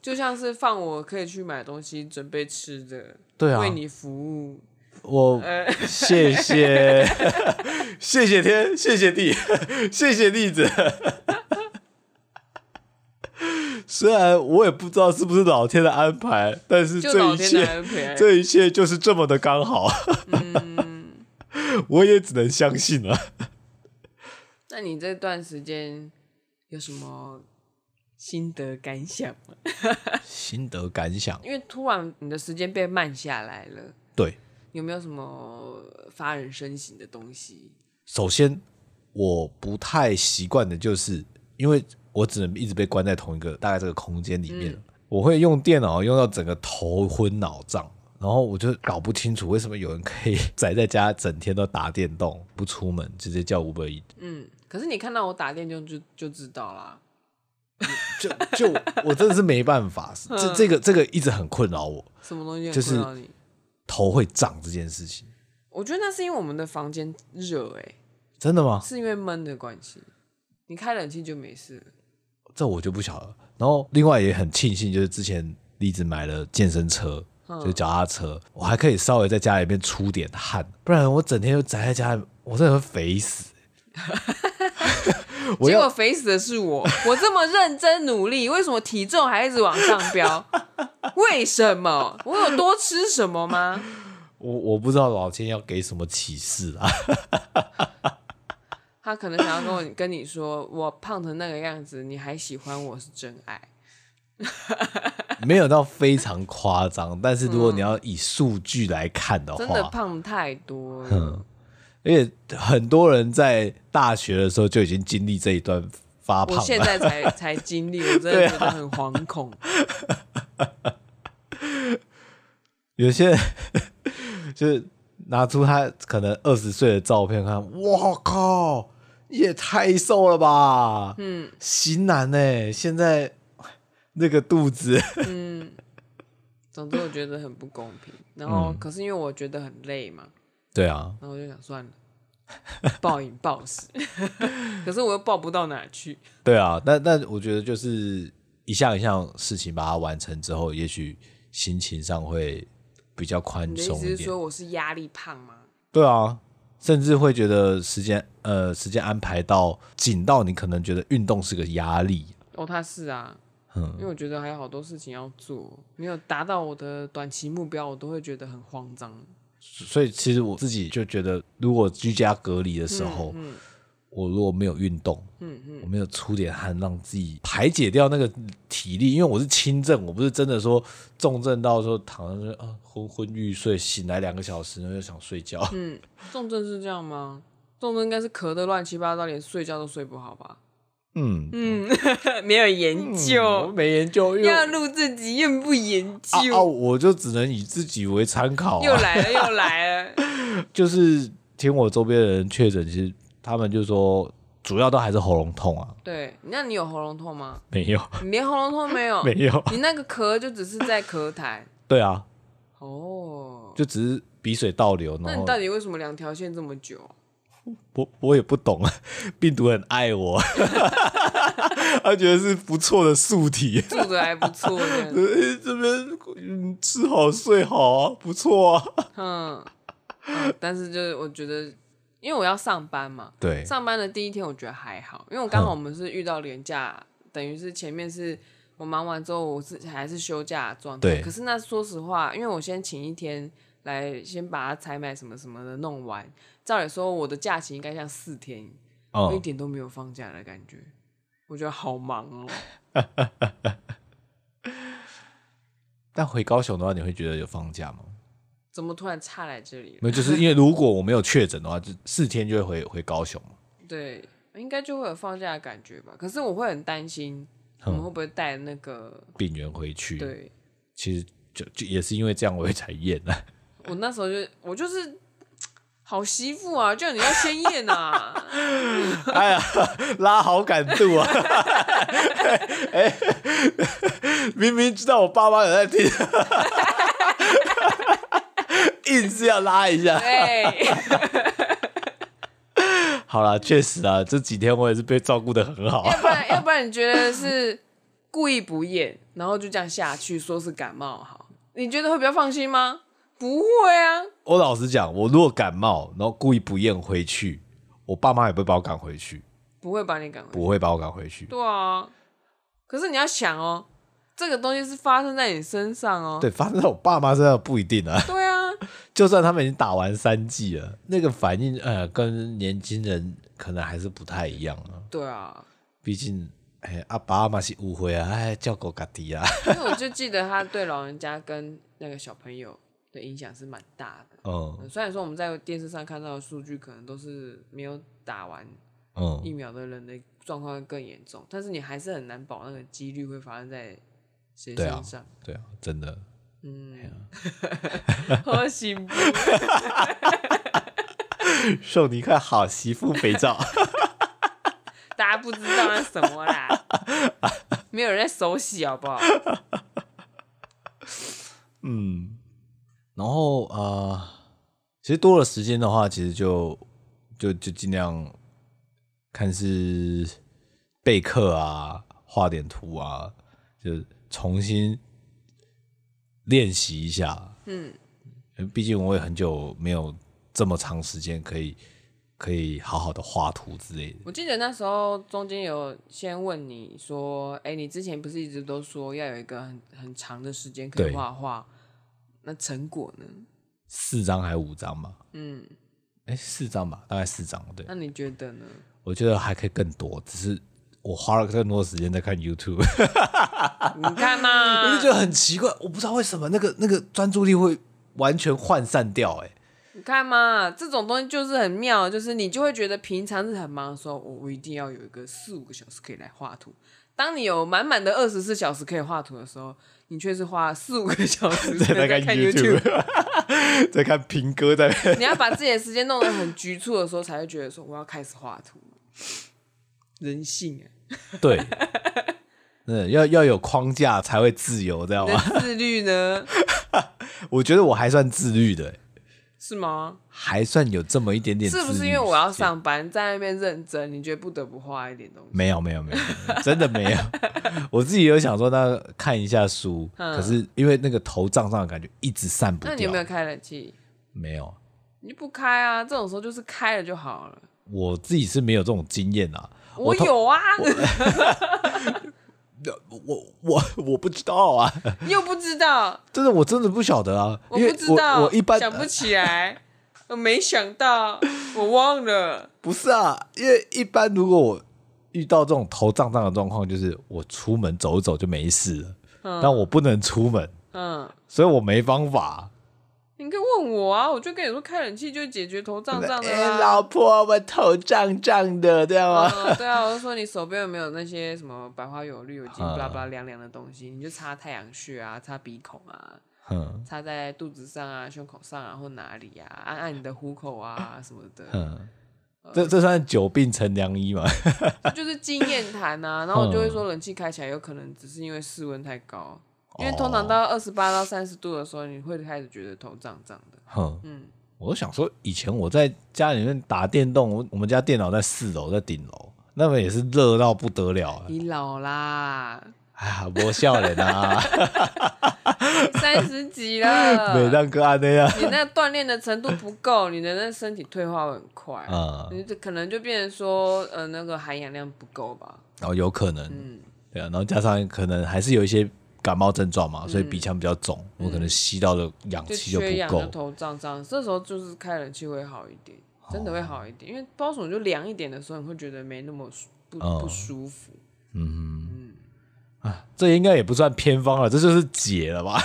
Speaker 1: 就像是放我可以去买东西，准备吃的，
Speaker 2: 对啊
Speaker 1: 为你服务。
Speaker 2: 我
Speaker 1: 呃，
Speaker 2: 谢谢 谢谢天，谢谢地， 谢谢栗子。 虽然我也不知道是不是老天的安排，但是
Speaker 1: 就
Speaker 2: 这
Speaker 1: 老
Speaker 2: 一
Speaker 1: 天的
Speaker 2: 切，
Speaker 1: 安 排。嗯
Speaker 2: 这一切就是这么的刚好。 我也只能相信了。
Speaker 1: 那你这段时间有什么心得感想吗？
Speaker 2: 心得感想，
Speaker 1: 因为突然你的时间被慢下来了，
Speaker 2: 对，
Speaker 1: 有没有什么发人深省的东西？
Speaker 2: 首先我不太习惯的就是，因为我只能一直被关在同一个大概这个空间里面，我会用电脑用到整个头昏脑胀。然后我就搞不清楚为什么有人可以宅在家整天都打电动不出门，直接叫 Uber Eats
Speaker 1: 嗯，可是你看到我打电就就就知道啦。
Speaker 2: 就就我我真的是没办法，这这个这个一直很困扰我，
Speaker 1: 什么东西很
Speaker 2: 就是
Speaker 1: 困扰你？
Speaker 2: 头会胀这件事情，
Speaker 1: 我觉得那是因为我们的房间热，哎，
Speaker 2: 真的吗？
Speaker 1: 是因为闷的关系。你开冷气就没事了。
Speaker 2: 这我就不晓得。然后另外也很庆幸，就是之前栗子买了健身车，
Speaker 1: 嗯
Speaker 2: 就是脚踏车，我还可以稍微在家里面出点汗，不然我整天就宅在家里，我真的会肥死。欸 我
Speaker 1: 结果
Speaker 2: 要
Speaker 1: 肥死的是 我，我这么认真努力，为什么体重还一直往上飙？为什么？我有多吃什么吗？
Speaker 2: 我我不知道老天要给什么启示啊，
Speaker 1: 他可能想要跟我跟你说，我胖成那个样子，你还喜欢我是真爱。
Speaker 2: 没有到非常夸张，但是如果你要以数据来看的
Speaker 1: 嗯真的
Speaker 2: 话，
Speaker 1: 胖太多了，
Speaker 2: 而且很多人在大学的时候就已经经历这一段发胖
Speaker 1: 我
Speaker 2: 了。
Speaker 1: 现在 才才经历，我真的
Speaker 2: 对啊
Speaker 1: 觉得很惶恐。
Speaker 2: 有些 人就是拿出他可能二十岁的照片看，我靠，也太瘦了吧！嗯，型男呢、现在那个肚子，
Speaker 1: 总之我觉得很不公平。然后，
Speaker 2: 嗯
Speaker 1: 可是因为我觉得很累嘛，
Speaker 2: 对啊，
Speaker 1: 然后我就想算了，暴饮暴食。 可是我又暴不到哪去。
Speaker 2: 对啊，但但我觉得就是一项一项事情把它完成之后，也许心情上会比较宽
Speaker 1: 你的
Speaker 2: 松
Speaker 1: 意
Speaker 2: 一
Speaker 1: 思是
Speaker 2: 点。
Speaker 1: 说我是压力胖吗？
Speaker 2: 对啊，甚至会觉得时间呃时间安排到紧到你可能觉得运动是个压力，
Speaker 1: 哦，他是啊，
Speaker 2: 嗯
Speaker 1: 因为我觉得还有好多事情要做，没有达到我的短期目标，我都会觉得很慌张。
Speaker 2: 所以其实我自己就觉得，如果居家隔离的时候，
Speaker 1: 嗯
Speaker 2: 我如果没有运动，我没有出点汗，让自己排解掉那个体力，因为我是轻症，我不是真的说重症到说躺在那啊昏昏欲睡，醒来两个小时然后就想睡觉。
Speaker 1: 嗯，重症是这样吗？重症应该是咳得乱七八糟，连睡觉都睡不好吧？
Speaker 2: 嗯，
Speaker 1: 没有研
Speaker 2: 我
Speaker 1: 究，
Speaker 2: 没研究，因为
Speaker 1: 要
Speaker 2: 啊
Speaker 1: 录这集又不研究，
Speaker 2: 啊，我就只能以自己为参考、
Speaker 1: 又
Speaker 2: 啊。
Speaker 1: 来了又来 了。
Speaker 2: 就是听我周边的人确诊，其实他们就说主要都还是喉咙痛啊，
Speaker 1: 对，那你有喉咙痛吗？
Speaker 2: 没有，
Speaker 1: 你连喉咙痛没有？
Speaker 2: 没有，
Speaker 1: 你那个咳就只是在咳痰。
Speaker 2: 对啊，
Speaker 1: 哦，
Speaker 2: 就只是鼻水倒流，
Speaker 1: 那
Speaker 2: 然
Speaker 1: 你
Speaker 2: 后
Speaker 1: 到底为什么两条线这么久？
Speaker 2: 我我也不懂， 病毒很爱我， 他觉得是不错的宿体，
Speaker 1: 住的还不错这 样，
Speaker 2: 呃这边嗯吃好睡好啊，不错啊。
Speaker 1: 嗯，嗯但是就是我觉得，因为我要上班嘛，
Speaker 2: 对，嗯
Speaker 1: 上班的第一天我觉得还好，因为我刚好我们是遇到连假，等于是前面是我忙完之后，我是还是休假的状态。
Speaker 2: 对
Speaker 1: 可是那说实话，因为我先请一天来，先把它采买什么什么的弄完。照理说，我的假期应该像四天，我一
Speaker 2: 嗯，
Speaker 1: 点都没有放假的感觉。我觉得好忙哦，
Speaker 2: 但回高雄的话，你会觉得有放假吗？
Speaker 1: 怎么突然岔来这里了？
Speaker 2: 没有，就是因为如果我没有确诊的话，就四天就会回回高雄嘛。
Speaker 1: 对，应该就会有放假的感觉吧。可是我会很担心，我
Speaker 2: 嗯
Speaker 1: 们会不会带那个？
Speaker 2: 病源回去，，
Speaker 1: 对
Speaker 2: 其实就就也是因为这样我也才验啊的、
Speaker 1: 我那时候就我就是好媳妇啊，叫你要先验啊。
Speaker 2: 哎呀，拉好感度啊！哎、明明知道我爸妈有在听，硬是要拉一下。
Speaker 1: 对，
Speaker 2: 好啦，确实啊，这几天我也是被照顾的很好啊。
Speaker 1: 要不然要不然你觉得是故意不验，然后就这样下去说是感冒好，你觉得会比较放心吗？不会啊，
Speaker 2: 我老实讲，我如果感冒，然后故意不验回去，我爸妈也不会把我赶回去，
Speaker 1: 不会把你赶回。
Speaker 2: 不会把我赶回去。
Speaker 1: 对啊，可是你要想哦，这个东西是发生在你身上哦。
Speaker 2: 对，发生在我爸妈身上不一定啊。
Speaker 1: 对啊，
Speaker 2: 就算他们已经打完三剂了，那个反应呃，跟年轻人可能还是不太一样啊。
Speaker 1: 对啊，
Speaker 2: 毕竟，哎、阿爸阿妈是误会啊，哎，叫狗嘎迪 啊，
Speaker 1: 因为我就记得他对老人家跟那个小朋友的影响是蛮大的。
Speaker 2: 嗯
Speaker 1: 嗯虽然说我们在电视上看到的数据可能都是没有打完疫
Speaker 2: 嗯，
Speaker 1: 苗的人的状况会更严重，但是你还是很难保那个几率会发生在谁
Speaker 2: 对啊
Speaker 1: 身上。
Speaker 2: 对啊，真的，
Speaker 1: 好幸福，
Speaker 2: 送你一块好媳妇肥皂，
Speaker 1: 大家不知道那什么啦，没有人在手洗好不好？
Speaker 2: 嗯， 然后呃，其实多了时间的话，其实就就就尽量看是备课啊，画点图啊，就重新练习一下，
Speaker 1: 嗯，
Speaker 2: 呃毕竟我也很久没有这么长时间可以可以好好的画图之类的。
Speaker 1: 我记得那时候中间有先问你说，哎、你之前不是一直都说要有一个很很长的时间可以
Speaker 2: 对
Speaker 1: 画画，那成果呢？
Speaker 2: 四张还五张嘛？
Speaker 1: 嗯，
Speaker 2: 哎，四张吧，大概四张。对，
Speaker 1: 那你觉得 呢？
Speaker 2: 我觉得还可以更多，只是我花了更多时间在看 YouTube，
Speaker 1: 啊你看嘛，
Speaker 2: 我就觉得很奇怪，我不知道为什么那个那个专注力会完全涣散掉、诶
Speaker 1: 你看嘛，这种东西就是很妙，就是你就会觉得平常是很忙的时候，我哦我一定要有一个四五个小时可以来画图。当你有满满的二十四小时可以画图的时候，你却是花四五个小时
Speaker 2: 哎， 在
Speaker 1: 在
Speaker 2: 看
Speaker 1: 看 YouTube。
Speaker 2: YouTube，在看平哥在。
Speaker 1: 你要把自己的时间弄得很局促的时候，才会觉得说我要开始画图。人性啊，
Speaker 2: 对，嗯，要要有框架才会自由，知道
Speaker 1: 你
Speaker 2: 吗？
Speaker 1: 的自律呢？
Speaker 2: 我觉得我还算自律的、诶
Speaker 1: 是 吗？
Speaker 2: 还算有这么一点点自律
Speaker 1: 是
Speaker 2: 性。
Speaker 1: 不是因为我要上班，在那边认真，你觉得不得不画一点东西？
Speaker 2: 没有没有没有，没有真的没有。 我自己有想说，那看一下书，可是因为那个头胀胀的感觉一直散不
Speaker 1: 嗯那
Speaker 2: 掉。
Speaker 1: 你有没有开冷气？
Speaker 2: 没有
Speaker 1: 你就不开啊，这种时候就是开了就好了。
Speaker 2: 我自己是没有这种经验啊。
Speaker 1: 我
Speaker 2: 通
Speaker 1: 有啊，
Speaker 2: 我我我不知道啊，
Speaker 1: 又不知道，
Speaker 2: 真的我真的不晓得啊，
Speaker 1: 我
Speaker 2: 因
Speaker 1: 不
Speaker 2: 为
Speaker 1: 知道，
Speaker 2: 我我一般
Speaker 1: 想不起来，我没想到，我忘 了。
Speaker 2: 不是啊，因为一般如果我遇到这种头胀胀的状况，就是我出门走一走就没事了，但我不能出门，
Speaker 1: 嗯，
Speaker 2: 所以我没方法。
Speaker 1: 你可以问我啊，我就跟你说开冷气就解决头胀胀的
Speaker 2: 哎
Speaker 1: 啦。
Speaker 2: 老婆，我头胀胀的，这样吗？
Speaker 1: 嗯，对啊，我就说你手边有没有那些什么百花油、绿油精、巴
Speaker 2: 嗯
Speaker 1: 拉巴拉凉凉的东西，你就擦太阳穴啊，擦鼻孔啊，
Speaker 2: 嗯
Speaker 1: 擦在肚子上啊、胸口上啊或哪里啊，按按你的虎口啊什么的。
Speaker 2: 嗯，这这算久病成良医 嘛？
Speaker 1: 就是经验谈啊，然后我就会
Speaker 2: 嗯
Speaker 1: 说冷气开起来有可能只是因为室温太高，因为通
Speaker 2: 哦
Speaker 1: 常到二十八到三十度的时候，你会开始觉得头胀胀的。
Speaker 2: 哼，
Speaker 1: 嗯，
Speaker 2: 我就想说，以前我在家里面打电动，我我们家电脑在四楼，在顶楼，那边也是热到不得了啊！
Speaker 1: 你老啦，
Speaker 2: 哎呀，我笑脸啊，
Speaker 1: 三十几
Speaker 2: 每
Speaker 1: 了，
Speaker 2: 当哥啊安那 样，
Speaker 1: 你那锻炼的程度不够，你的那身体退化会很快，
Speaker 2: 嗯，
Speaker 1: 你就可能就变成说，呃，那个含氧量不够吧。
Speaker 2: 然后有可能，
Speaker 1: 嗯
Speaker 2: 对啊，然后加上可能还是有一些感冒症状嘛，所以鼻腔比较肿，我可能吸到的氧
Speaker 1: 就
Speaker 2: 气嗯就
Speaker 1: 缺氧
Speaker 2: 不
Speaker 1: 就
Speaker 2: 够。
Speaker 1: 头胀胀，这时候就是开冷气会好一点，真的会好一点，因为包什么就凉一点的时候，你会觉得没那么舒不、
Speaker 2: 哦
Speaker 1: 不舒服。
Speaker 2: 这应该也不算偏方了，这就是解了 吧？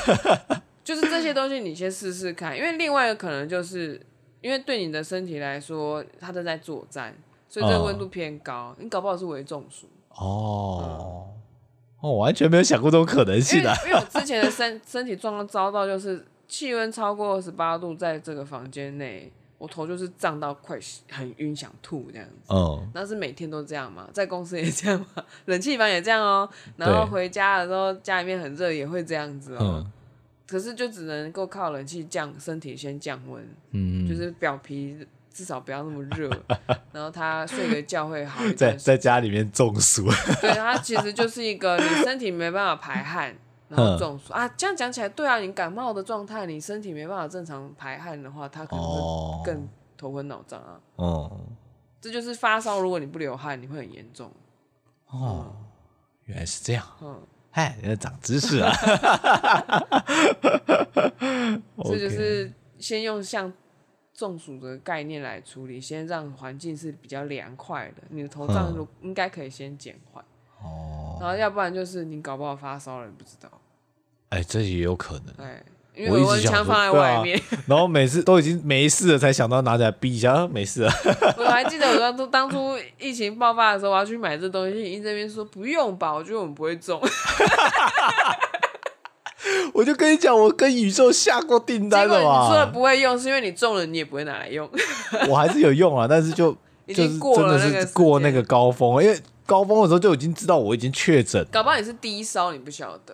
Speaker 1: 就是这些东西你先试试看，因为另外一个可能就是因为对你的身体来说，它正在作战，所以这个温度偏高，你搞不好是为中暑。
Speaker 2: 哦，哦，完全没有想过这种可能
Speaker 1: 因
Speaker 2: 性
Speaker 1: 为
Speaker 2: 啊！
Speaker 1: 因为我之前的身身体状况糟到就是气温超过二十八度，在这个房间内，我头就是胀到快很晕想吐这样子。
Speaker 2: 嗯，
Speaker 1: 那是每天都这样嘛，在公司也这样嘛， 冷气房也这样哦、然后
Speaker 2: 对
Speaker 1: 回家的时候家里面很热也会这样子哦、
Speaker 2: 嗯
Speaker 1: 可是就只能够靠冷气降身体先降温，
Speaker 2: 嗯，
Speaker 1: 就是表皮至少不要那么热，然后他睡个觉会 好一
Speaker 2: 在
Speaker 1: 点。
Speaker 2: 在家里面中暑，
Speaker 1: 对，它其实就是一个你身体没办法排汗，然后中暑啊。这样讲起来，对啊，你感冒的状态，你身体没办法正常排汗的话，它可能
Speaker 2: 哦
Speaker 1: 会 更头昏脑胀啊。
Speaker 2: 嗯，
Speaker 1: 这就是发烧，如果你不流汗，你会很严重。
Speaker 2: 哦，原来是这样，
Speaker 1: 嗯，
Speaker 2: 哎，人家长知识 啊！
Speaker 1: 这就
Speaker 2: OK
Speaker 1: 是先用像中暑的概念来处理，先让环境是比较凉快的，你的头胀
Speaker 2: 嗯
Speaker 1: 如应该可以先减缓。
Speaker 2: 哦，
Speaker 1: 然后要不然就是你搞不好发烧了，你不知道。
Speaker 2: 哎，这也有可能。
Speaker 1: 哎，因为
Speaker 2: 我一
Speaker 1: 我
Speaker 2: 嗯直
Speaker 1: 温
Speaker 2: 想
Speaker 1: 枪
Speaker 2: 说
Speaker 1: 放在
Speaker 2: 对啊
Speaker 1: 外面，
Speaker 2: 然后每次都已经没事了，才想到拿起来逼一下，啊 没事啊。
Speaker 1: 我还记得我当初当初疫情爆发的时候，我要去买这东西，你这边说不用吧，我觉得我们不会 中。
Speaker 2: 我就跟你讲，我跟宇宙下过订
Speaker 1: 结
Speaker 2: 单
Speaker 1: 果
Speaker 2: 了
Speaker 1: 你说的
Speaker 2: 嘛，
Speaker 1: 不会用，是因为你中了，你也不会拿来用。
Speaker 2: 我还是有用啊，但是 就
Speaker 1: 已
Speaker 2: 就
Speaker 1: 经
Speaker 2: 是
Speaker 1: 过
Speaker 2: 真
Speaker 1: 了
Speaker 2: 的
Speaker 1: 那个
Speaker 2: 是
Speaker 1: 时
Speaker 2: 过那
Speaker 1: 间
Speaker 2: 个高峰了，因为高峰的时候就已经知道我已经确诊，
Speaker 1: 搞不好你是低烧，你不晓得，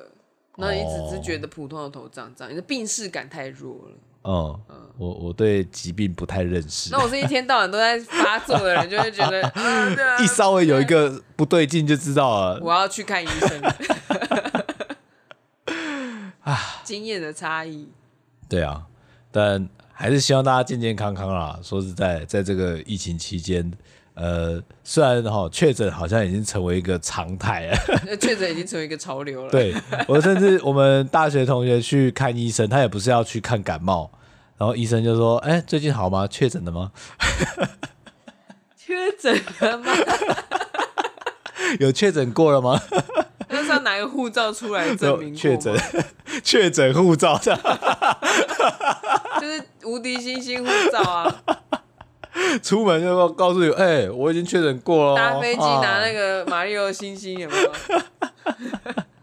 Speaker 1: 然后你只
Speaker 2: 哦
Speaker 1: 是觉得普通的头胀胀，你的病视感太弱了。
Speaker 2: 嗯，我我对疾病不太认识
Speaker 1: 那，我是一天到晚都在发作的人，就会觉得 啊对啊
Speaker 2: 一稍微有一个不对劲就知道了。
Speaker 1: 我要去看医 生。经验的差异，
Speaker 2: 对啊，但还是希望大家健健康康啦。说实在，在这个疫情期间，呃，虽然哈、确诊好像已经成为一个常态了。
Speaker 1: 那确诊已经成为一个潮流了。
Speaker 2: 对 我甚至我们大学同学去看医生，他也不是要去看感冒，然后医生就说：“哎、最近好吗？确诊 了吗？
Speaker 1: 确诊了吗？
Speaker 2: 有确诊过了吗？
Speaker 1: 那是要拿个护照出来证 明过吗
Speaker 2: 确诊，确诊护照 这样，
Speaker 1: 就是无敌星星护照啊，
Speaker 2: 哦出门就要告诉你，哎、我已经确诊过了哦。
Speaker 1: 搭飞机拿那
Speaker 2: 啊
Speaker 1: 个马里奥星星有没 有？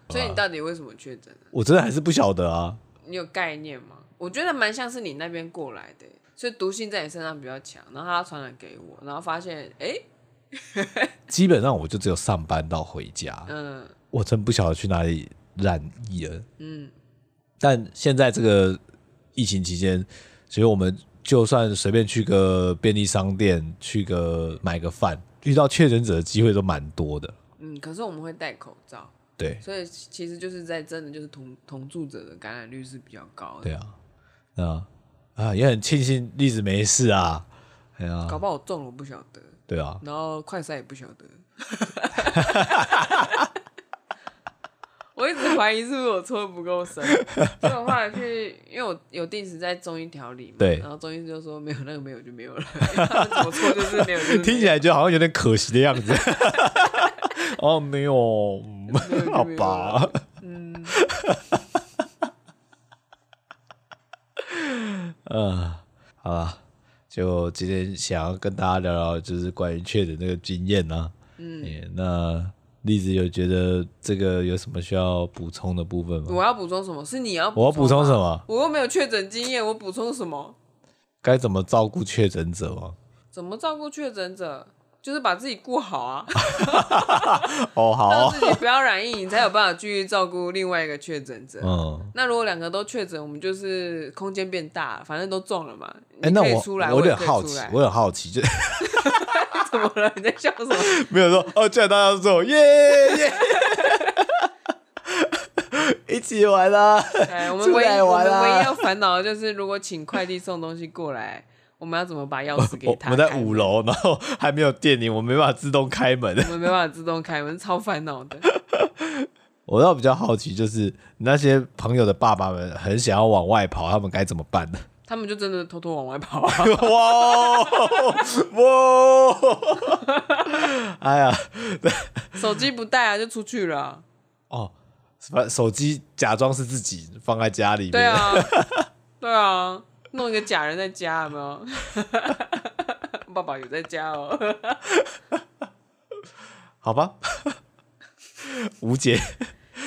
Speaker 1: 所以你到底为什么确诊啊？
Speaker 2: 我真的还是不晓得啊。
Speaker 1: 你有概念吗？我觉得蛮像是你那边过来的欸、所以毒性在你身上比较强，然后他传染给我，然后发现，哎、
Speaker 2: 基本上我就只有上班到回家，
Speaker 1: 嗯
Speaker 2: 我真不晓得去哪里染疫了。
Speaker 1: 嗯，
Speaker 2: 但现在这个疫情期间，其实我们就算随便去个便利商店，去个买个饭，遇到确诊者的机会都蛮多的。
Speaker 1: 嗯，可是我们会戴口罩，
Speaker 2: 对，
Speaker 1: 所以其实就是在真的就是同同住者的感染率是比较高的
Speaker 2: 对。啊，啊啊，也很庆幸栗子没事啊。哎呀、
Speaker 1: 搞不好我中了我不晓得，
Speaker 2: 对啊，
Speaker 1: 然后快筛也不晓得。 我一直怀疑是不是我搓的不够深，所以我后来去，因为我有定时在中医调理嘛，
Speaker 2: 对
Speaker 1: 然后中医就说没有那个没有就没有了， 因为他们怎么搓就是没有，就是没有
Speaker 2: 听起来就好像有点可惜的 样子。哦，没有，嗯
Speaker 1: 没有就
Speaker 2: 好
Speaker 1: 没有
Speaker 2: 吧，
Speaker 1: 嗯，
Speaker 2: 嗯，好吧，就今天想要跟大家聊聊，就是关于确诊这个经验呢、嗯，那栗子有觉得这个有什么需要补充的部分吗？
Speaker 1: 我要补充什么？是你要
Speaker 2: 嗯我要补充
Speaker 1: 吗
Speaker 2: 什？么？
Speaker 1: 我又没有确诊经验，我补充什么？
Speaker 2: 该怎么照顾确诊者吗？
Speaker 1: 怎么照顾确诊者？就是把自己顾好啊，
Speaker 2: 哦， 好
Speaker 1: 让
Speaker 2: 哦，
Speaker 1: 自己不要染疫，你才有办法继续照顾另外一个确诊者。
Speaker 2: 嗯。
Speaker 1: 那如果两个都确诊，我们就是空间变大了，反正都中了嘛。你
Speaker 2: 哎、那
Speaker 1: 可以
Speaker 2: 我
Speaker 1: 出来，
Speaker 2: 有
Speaker 1: 也
Speaker 2: 点
Speaker 1: 可以
Speaker 2: 好
Speaker 1: 出
Speaker 2: 奇
Speaker 1: 来，
Speaker 2: 我有好奇，就
Speaker 1: 怎么了？你在笑什么？
Speaker 2: 没有说哦，既然大家都走，耶耶， 一起玩啊啦、
Speaker 1: 哎，我们
Speaker 2: 出
Speaker 1: 唯一
Speaker 2: 来
Speaker 1: 我
Speaker 2: 玩
Speaker 1: 们
Speaker 2: 啊
Speaker 1: 唯一要烦恼的就是，如果请快递送东西过来，我们要怎么把钥匙给
Speaker 2: 我
Speaker 1: 他？
Speaker 2: 我们在
Speaker 1: 开
Speaker 2: 五
Speaker 1: 门，
Speaker 2: 楼，然后还没有电铃，我没办法自动开门。
Speaker 1: 我们没办法自动开门，超烦恼的。
Speaker 2: 我倒比较好奇，就是那些朋友的爸爸们很想要往外跑，他们该怎么办呢？
Speaker 1: 他们就真的偷偷往外跑啊。
Speaker 2: 哇哦哇哦！ 哎呀，
Speaker 1: 手机不带啊，就出去了啊、
Speaker 2: 哦，把手机假装是自己放在家 里面。
Speaker 1: 对啊，对啊，弄一个假人在家有没有？ 爸爸有在家哦。
Speaker 2: 好 吧，无解。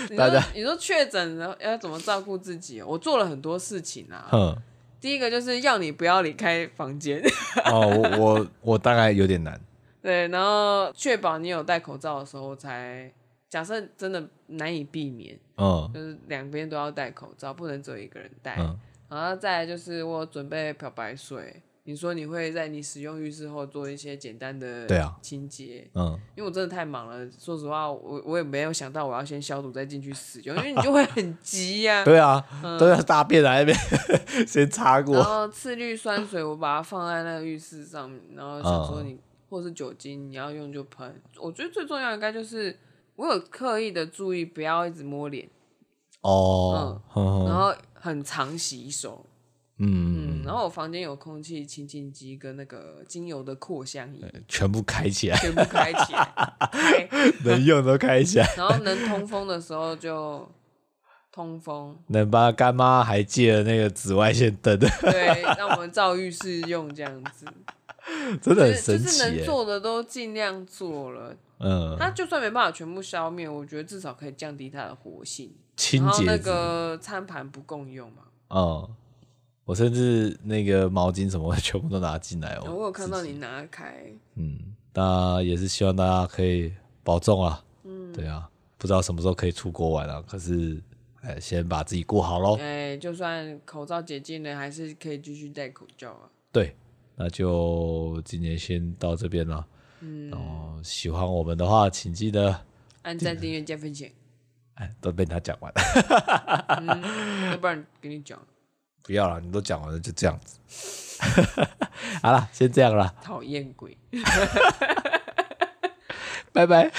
Speaker 1: 你
Speaker 2: 大
Speaker 1: 说
Speaker 2: 家
Speaker 1: 你说确诊了要怎么照顾自己哦？我做了很多事情啊。
Speaker 2: 哼，
Speaker 1: 第一个就是要你不要离开房间，
Speaker 2: 哦，我我我大概有点难。
Speaker 1: 对，然后确保你有戴口罩的时候才。假设真的难以避免，
Speaker 2: 嗯
Speaker 1: 就是两边都要戴口罩，不能只有一个人戴。
Speaker 2: 嗯，
Speaker 1: 然后再来就是我有准备漂白水，你说你会在你使用浴室后做一些简单的
Speaker 2: 对啊
Speaker 1: 清洁，
Speaker 2: 嗯，
Speaker 1: 因为我真的太忙了，说实话，我我也没有想到我要先消毒再进去使用，因为你 就会很急呀、
Speaker 2: 对啊，
Speaker 1: 嗯
Speaker 2: 都要大便来那边 先擦
Speaker 1: 然
Speaker 2: 过。
Speaker 1: 后次氯酸水我把它放在那个浴室上面，然后想说
Speaker 2: 嗯
Speaker 1: 你、或是酒精你要用就喷。我觉得最重要应该就是我有刻意的注意不要一直摸脸，
Speaker 2: 哦，嗯
Speaker 1: 然后很常洗手。
Speaker 2: 嗯
Speaker 1: 嗯，然后我房间有空气清净机跟那个精油的扩香仪，
Speaker 2: 嗯，全部开起来，
Speaker 1: 全部开起来，开，
Speaker 2: 能用都开起来。
Speaker 1: 然后能通风的时候就通风，
Speaker 2: 能吧？干妈还借了那个紫外线灯，
Speaker 1: 对，让我们照浴室用这样子，
Speaker 2: 真的
Speaker 1: 就
Speaker 2: 很
Speaker 1: 是
Speaker 2: 神
Speaker 1: 就是
Speaker 2: 奇
Speaker 1: 能
Speaker 2: 耶。
Speaker 1: 做的都尽量做了，
Speaker 2: 嗯，
Speaker 1: 它就算没办法全部消灭，我觉得至少可以降低它的活性。然
Speaker 2: 清
Speaker 1: 后
Speaker 2: 洁
Speaker 1: 那
Speaker 2: 之
Speaker 1: 个餐盘不共用嘛，
Speaker 2: 嗯，我甚至那个毛巾什么的全部都拿进来哦。
Speaker 1: 我有看到你拿开，
Speaker 2: 嗯，那也是希望大家可以保重啊。嗯，对啊，不知道什么时候可以出国玩啊，可是哎，先把自己顾好喽。
Speaker 1: 哎，就算口罩解禁了，还是可以继续戴口罩啊。
Speaker 2: 对，那就今天先到这边了。嗯，然后喜欢我们的话，请记得。
Speaker 1: 按
Speaker 2: 啊
Speaker 1: 赞、订阅、加分享，
Speaker 2: 哎，都被他讲完了，
Speaker 1: 要不然给你讲，
Speaker 2: 不要了，你都讲完了，就这样子。 好了，先这样了，
Speaker 1: 讨厌鬼。
Speaker 2: 拜拜。